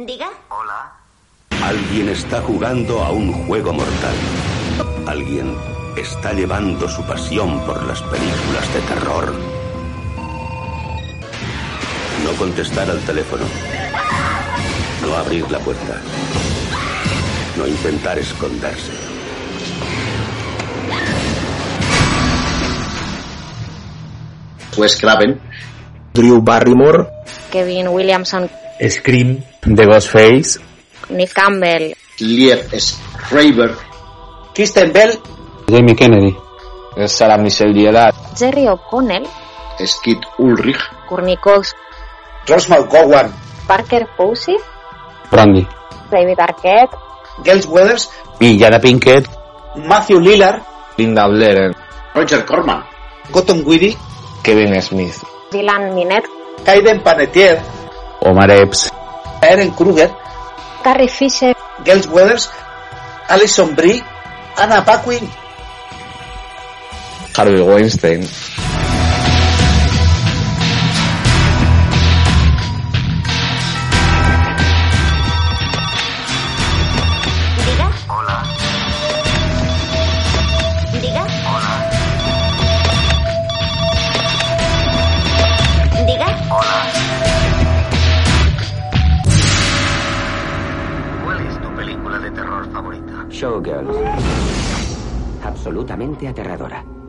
Diga. Hola. Alguien está jugando a un juego mortal. Alguien está llevando su pasión por las películas de terror. No contestar al teléfono. No abrir la puerta. No intentar esconderse. Wes Craven, Drew Barrymore, Kevin Williamson, Scream, The Ghostface, Nick Campbell, Liev Schreiber, Kristen Bell, Jamie Kennedy, Sarah Michelle Gellar, Jerry O'Connell, Skid Ulrich, Courtney Cox, Ross McGowan, Parker Posey, Brandy, David Arquette, Gels Weathers, y Jada Pinkett, Matthew Lillard, Linda Blair, Roger Corman, Cotton Weedy, Kevin Smith, Dylan Minet, Kaiden Panetier, Omar Epps, Aaron Kruger, Carrie Fisher, Gels Weathers, Alison Brie, Anna Paquin, Harvey Weinstein. Diga. Hola. Diga. Hola. Diga. Hola. ¿Cuál es tu película de terror favorita? Showgirls. Absolutamente aterradora.